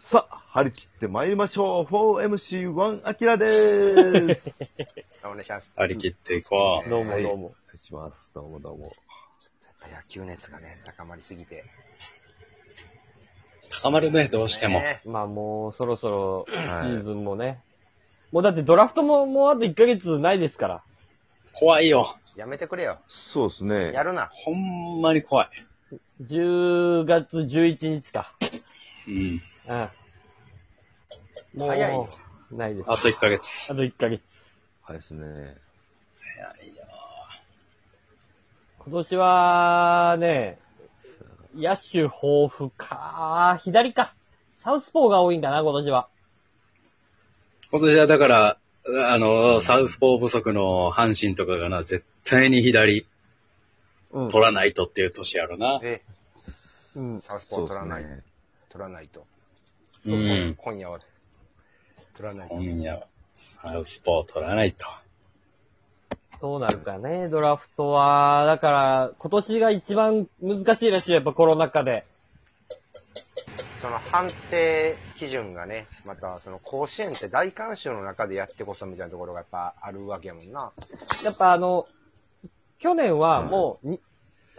さあ、張り切って参りましょう。4MC1 アキラでー す。お願いします。張り切っていこう。どうもどうも。お願いします。どうもどうも。野球熱がね、高まりすぎて。高まるね、どうしても。ねまあもうそろそろシはいーズンもね。もうだってドラフトももうあと1ヶ月ないですから。怖いよ。やめてくれよ。そうですね。やるな。ほんまに怖い。 10月11日か。うん。うん。もう早いよないです。あと1ヶ月あ。と1ヶ月。はいですね。今年はね、野手豊富か。左か。サウスポーが多いんかな、今年は。今年はだから、あの、サウスポー不足の阪神とかがな、絶対に左うん。取らないとっていう年やろな。え、うん。サウスそポーうで取らすない。ね。取らないと。うん。今夜は、取らないと。今夜は、サウスポー取らないと。どうなるかね、ドラフトは。だから、今年が一番難しいらしいよ、やっぱコロナ禍で。その判定基準がね、また、その甲子園って大観衆の中でやってこそみたいなところがやっぱあるわけやもんな。やっぱあの、去年はもうに、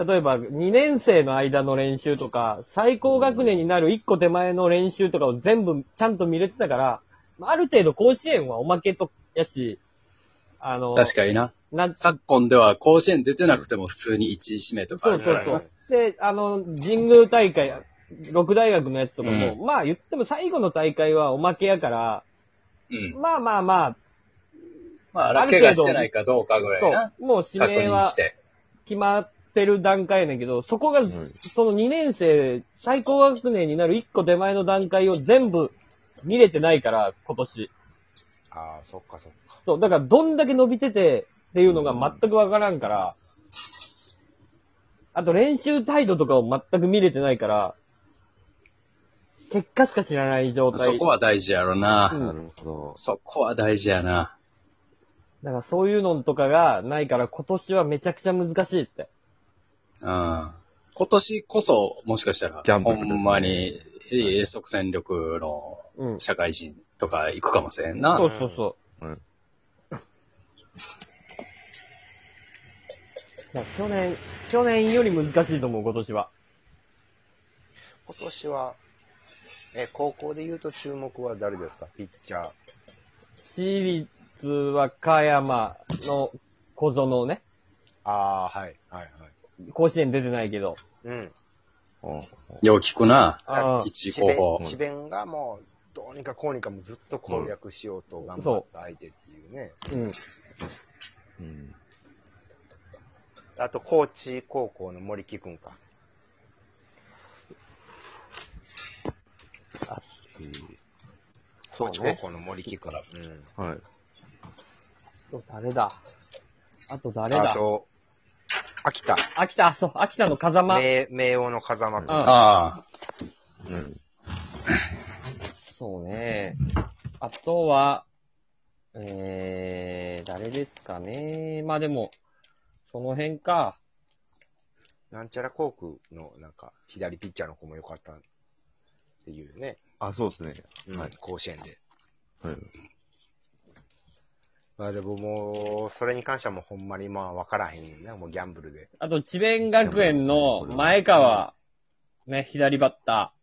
例えば2年生の間の練習とか、最高学年になる1個手前の練習とかを全部ちゃんと見れてたから、まあある程度甲子園はおまけと、やし、あの、確かにな。なん昨今では甲子園出てなくても普通に1位指名とかそあるうかそらうな。そう。で、あの、神宮大会、六大学のやつとかも、うまあ言っても最後の大会はおまけやから、うん。まあまあままあ、あら怪我してないかどうかぐあ、らいな。そう、もう指確名認はして。決まってる段階やねんけど、そこが、んその2年生、最高学年になる1個手前の段階を全部見れてないから、今年。ああ、そっかそっか。そう、だからどんだけ伸びててっていうのが全くわからんから、あと練習態度とかを全く見れてないから、結果しか知らない状態。そこは大事やろうな。んなるほど。そこは大事やな。だからそういうのとかがないから今年はめちゃくちゃ難しいって。うん今年こそ、もしかしたら、ギャンブほルですねんまに、え即戦力のうん。そ社会人とか行くかもしれんな。うそうそうう。んだから去年、去年より難しいと思う、今年は。今年は、え、高校で言うと注目は誰ですかピッチャー。私立和歌山の小園ね。ああ、はい、はい、はい。甲子園出てないけど。うん。うんよう聞くな、ああ一候補。智弁がもう、どうにかこうにかもうずっと攻略しようと頑張った相手っていうね。うん。うん。あと、高知高校の森木くんか。そ高う知高ね。校の森木くん。はい。誰だあと誰あだと、秋田、秋田、そう、秋田の風間。明明王の風間くん。うんああ、うん。そうね。あとは、えー、誰ですかね。まあでも、その辺か。なんちゃら航空の、なんか、左ピッチャーの子も良かったっていうね。あ、そうですね。うんはい甲子園で。はい。まあでももう、それに関してはもうほんまにまあ分からへんねんな、もうギャンブルで。あと、智弁学園の前川、ね、左バッタ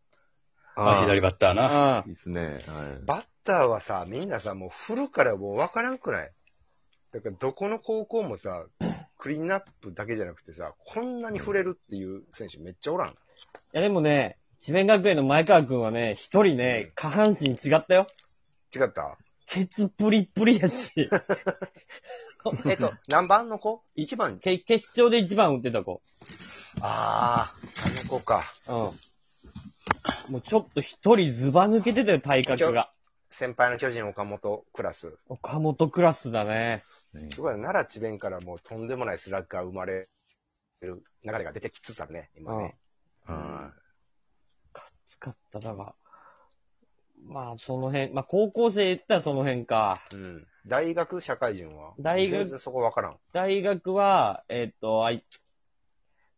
まあ、左ババッターな。ー。いいっすね。はバッターはさ、みんなさ、もう振るからもう分からんくないだからどこの高校も さ、クリーンナップだけじゃなくてさ、こんなに振れるっていう選手めっちゃおらん。いやでもね、智弁学園の前川くんはね、一人ね、下半身違ったよ。違ったケツプリプリやし。えっと、何番の子一番。け決勝で一番打ってた子。ああ、あの子か。うん。もうちょっと一人ずば抜けてたよ、体格が。先輩の巨人岡本クラス。岡本クラスだね。い。すごいな、奈良智弁からもうとんでもないスラッガー生まれる流れが出てきつつあるね、今ね。は暑かった、だが。まあ、その辺、まあ、高校生行ったらその辺か。うん。大学、社会人は大学全然そこ分からん。大学は、えっ、と、あい、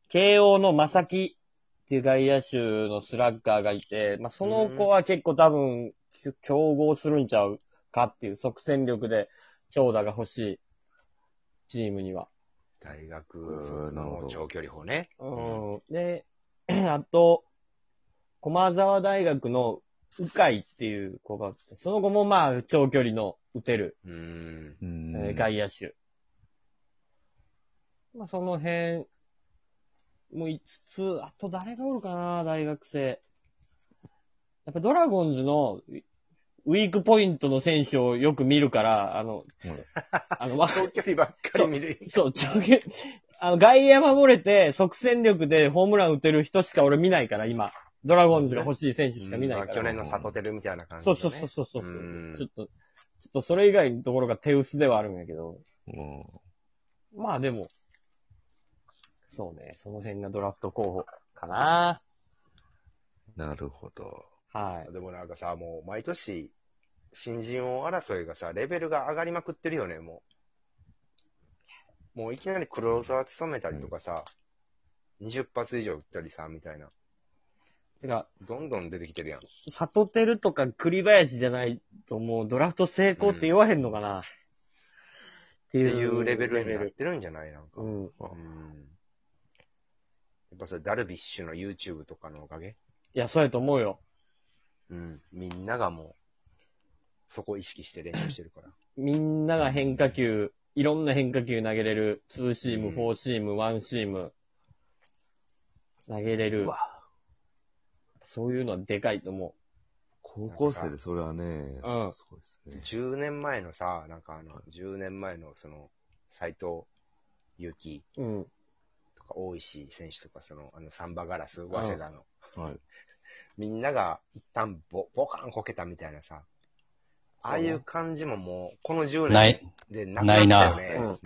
慶応の正木っっていう外野手のスラッガーがいて、まあ、その子は結構多分、競合するんちゃうかっていう即戦力で長打が欲しいチームには。大う学ん卒なるほのど長距離砲ね。うん。で、 あと、駒沢大学の鵜飼っていう子が、その後もまあ長距離の打てる、うん。うえんー外野手。まあその辺、もう5つ、あと誰がおるかな、大学生。やっぱドラゴンズのウィークポイントの選手をよく見るから、あの、うんあの、わ長距離ばっかり見る。そう、ちょけ、あの、外野守れて、即戦力でホームラン打てる人しか俺見ないから、今。ドラゴンズが欲しい選手しか見ないまかあら。去年の里テルみたいな感じそのうね。そうそうそうそう、うんちょっと、ちょっとそれ以外のところが手薄ではあるんやけど。うんまあでも、そうね、その辺がドラフト候補かな。なるほど。はい。でもなんかさ、もう毎年、新人王争いがさ、レベルが上がりまくってるよね、もう。もういきなりクローザー務めたりとかさ、20発以上打ったりさ、みたいな。てか、どんどん出てきてるやん。サトテルとか栗林じゃないともうドラフト成功って言わへんのかな。ってっていいううレベルになってるんじゃないなんか。うん。うん。やっぱそれダルビッシュの YouTube とかのおかげいや、そうやと思うよ。うん。みんながもう、そこ意識して練習してるから。みんなが変化球、いろんな変化球投げれる。2シーム、うん4シーム、1シーム。投げれるう。わそういうのはでかいと思高校生でそれはね、うんすごいですね。 10年前のさ、なんかあの、10年前のその、斎藤佑樹う。うん。とか大石選手とか、その、あの、サンバガラス、早稲田の、はい。みんなが一旦ボ、ボカンこけたみたいなさ、ああいう感じももう、この10ない年でなくなったよね。ないな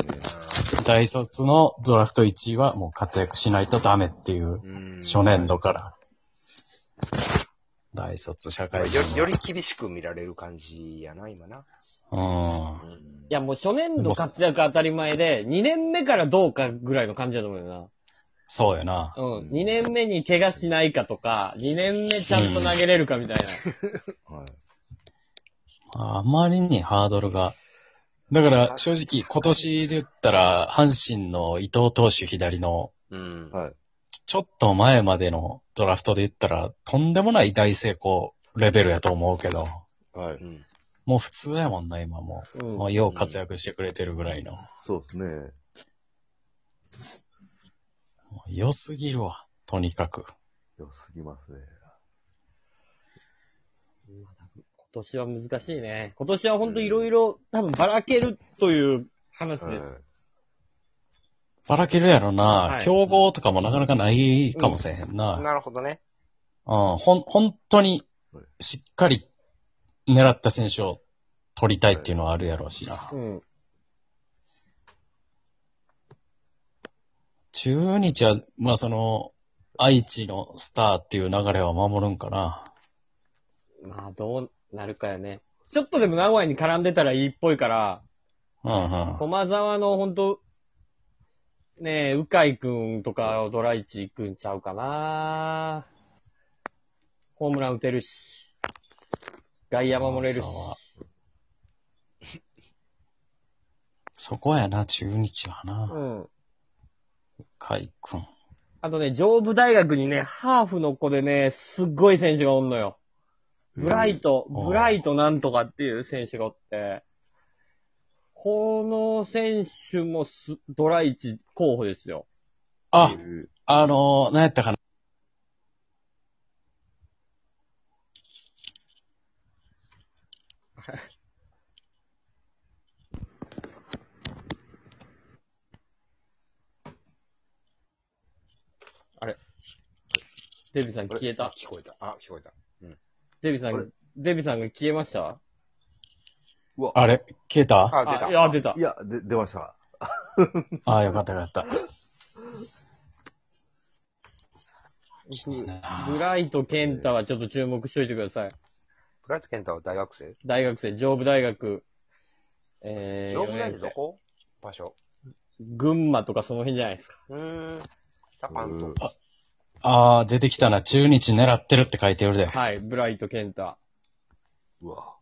大卒のドラフト1位はもう活躍しないとダメっていう、うん初年度から。大卒社よ会人。より厳しく見られる感じやな、今な。うん。いや、もう初年度活躍当たり前で、2年目からどうかぐらいの感じだと思うよそうやな。な。うん。2年目に怪我しないかとか、2年目ちゃんと投げれるかみたいな。はい。あまりにハードルが。だから、正直、今年で言ったら、阪神の伊藤投手左の、うん。はい。ちちょっと前までのドラフトで言ったら、とんでもない大成功レベルやと思うけど、はうい。ん。もう普通やもんな、今もうう。んも。うよう活躍してくれてるぐらいの。そうですね。もう良すぎるわ、とにかく。良すぎますね。今年は難しいね。今年は本当いろいろ多分ばらけるという話です。はいばらけるやろな、はい競合とかもなかなかないかもしれへんな。うん、なるほどね。ほん、本当に、しっかり狙った選手を取りたいっていうのはあるやろうしな。うん。中日は、まあその、愛知のスターっていう流れは守るんかな。まあ、どうなるかよね。ちょっとでも名古屋に絡んでたらいいっぽいから、うんうん。駒沢のほんと、ねえ、うかいくんとかドライチ行くんちゃうかなホームラン打てるし、外野守れるしそう。は そこやな、中日はうな。ん。カイ君。あとね、上武大学にね、ハーフの子でね、すっごい選手がおんのよ。ブライト、うんブライトなんとかっていう選手がおって、この選手もすドライチ候補ですよ。あう、んあのー、何やったかな。デビさんあれ消えた。聞こえた。あ、聞こえた。デビさあれん、デビさんが消えましたうわ。あれ消えたあ、出た。いや、出たい。や、で、出ました。ああ、よかったよかった。ブライト健太はちょっと注目しといてください。ブライト健太は大学生大学生、上武大学。えー、上部四大で年ど生こ場所。群馬とかその辺じゃないですか。うーん。タパンと。ああ、出てきたな。中日狙ってるって書いてるで。はい、ブライト・ケンタ。うわ。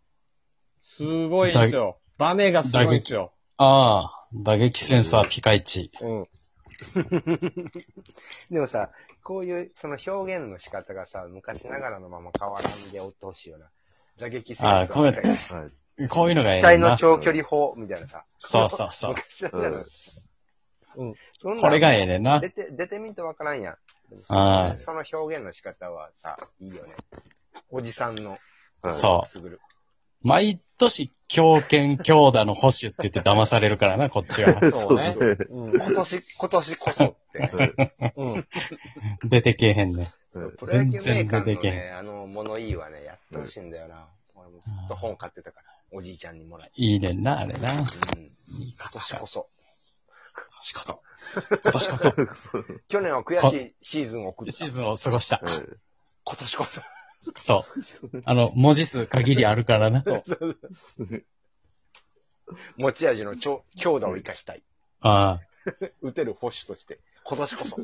すごいんですよ。バネがすごいんですよ。ああ、打撃センサーピカイチ。うん。でもさ、こういう、その表現の仕方がさ、昔ながらのまま変わらんでおってほしいよな。打撃センサあーーこういうみたいな。はい。こういうのがえ機えね体んなの。長距離砲みたいなさ。そうそうそう。昔ながらのうん。そんなんこれがええねんな出。て、出てみんとわからんやん。でもそああその表現の仕方はさ、いいよね。おじさんの、はい、そうすぐる。毎年、強権強打の保守って言って騙されるからな、こっち は。そうね。そうでう今年、今年こそってね。ん。うん。出てけえへんね。そうプロ野球全メー然カ出ーてのけね、あの、物言いはね、やってほしいんだよな。俺もずっと本買ってたから、おじいちゃんにもらい。いいねんな、あれな。今うん。今年こそ。年こそ。今年こ そ。去年は悔しいシーズンを送っシーた。ズンを過ごした。はい今年こそ。そう。あの、文字数限りあるからな。持ち味の超強打を生かしたい。ああ。打てる保守として。今年 こそ。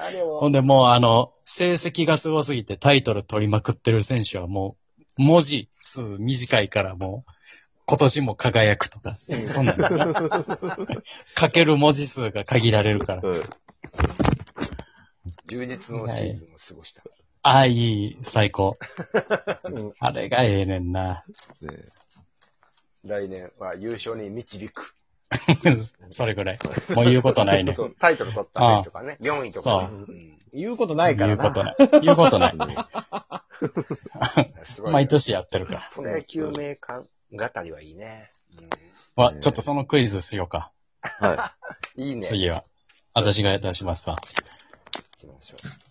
あれほをん、でもう、あの、成績がすごすぎてタイトル取りまくってる選手はもう、文字数短いからもう、今年も輝くとか。そんなんだな。かける文字数が限られるから。はい充実のシーズンを過ごした。ああ、いい、最高。うん。あれがええねんな。 ね来年は優勝に導く。それぐらい。もう言うことないね。そう、タイトル取った選手とかね。4位とかね。うん言うことないか言らうこな。とない。言 うことない。すごいね毎年やってるから。プロ野球メーカー語りはいいね。わ、ちょっとそのクイズしようか。はいうんいいね。行次は。私が出しますわ。きましょう。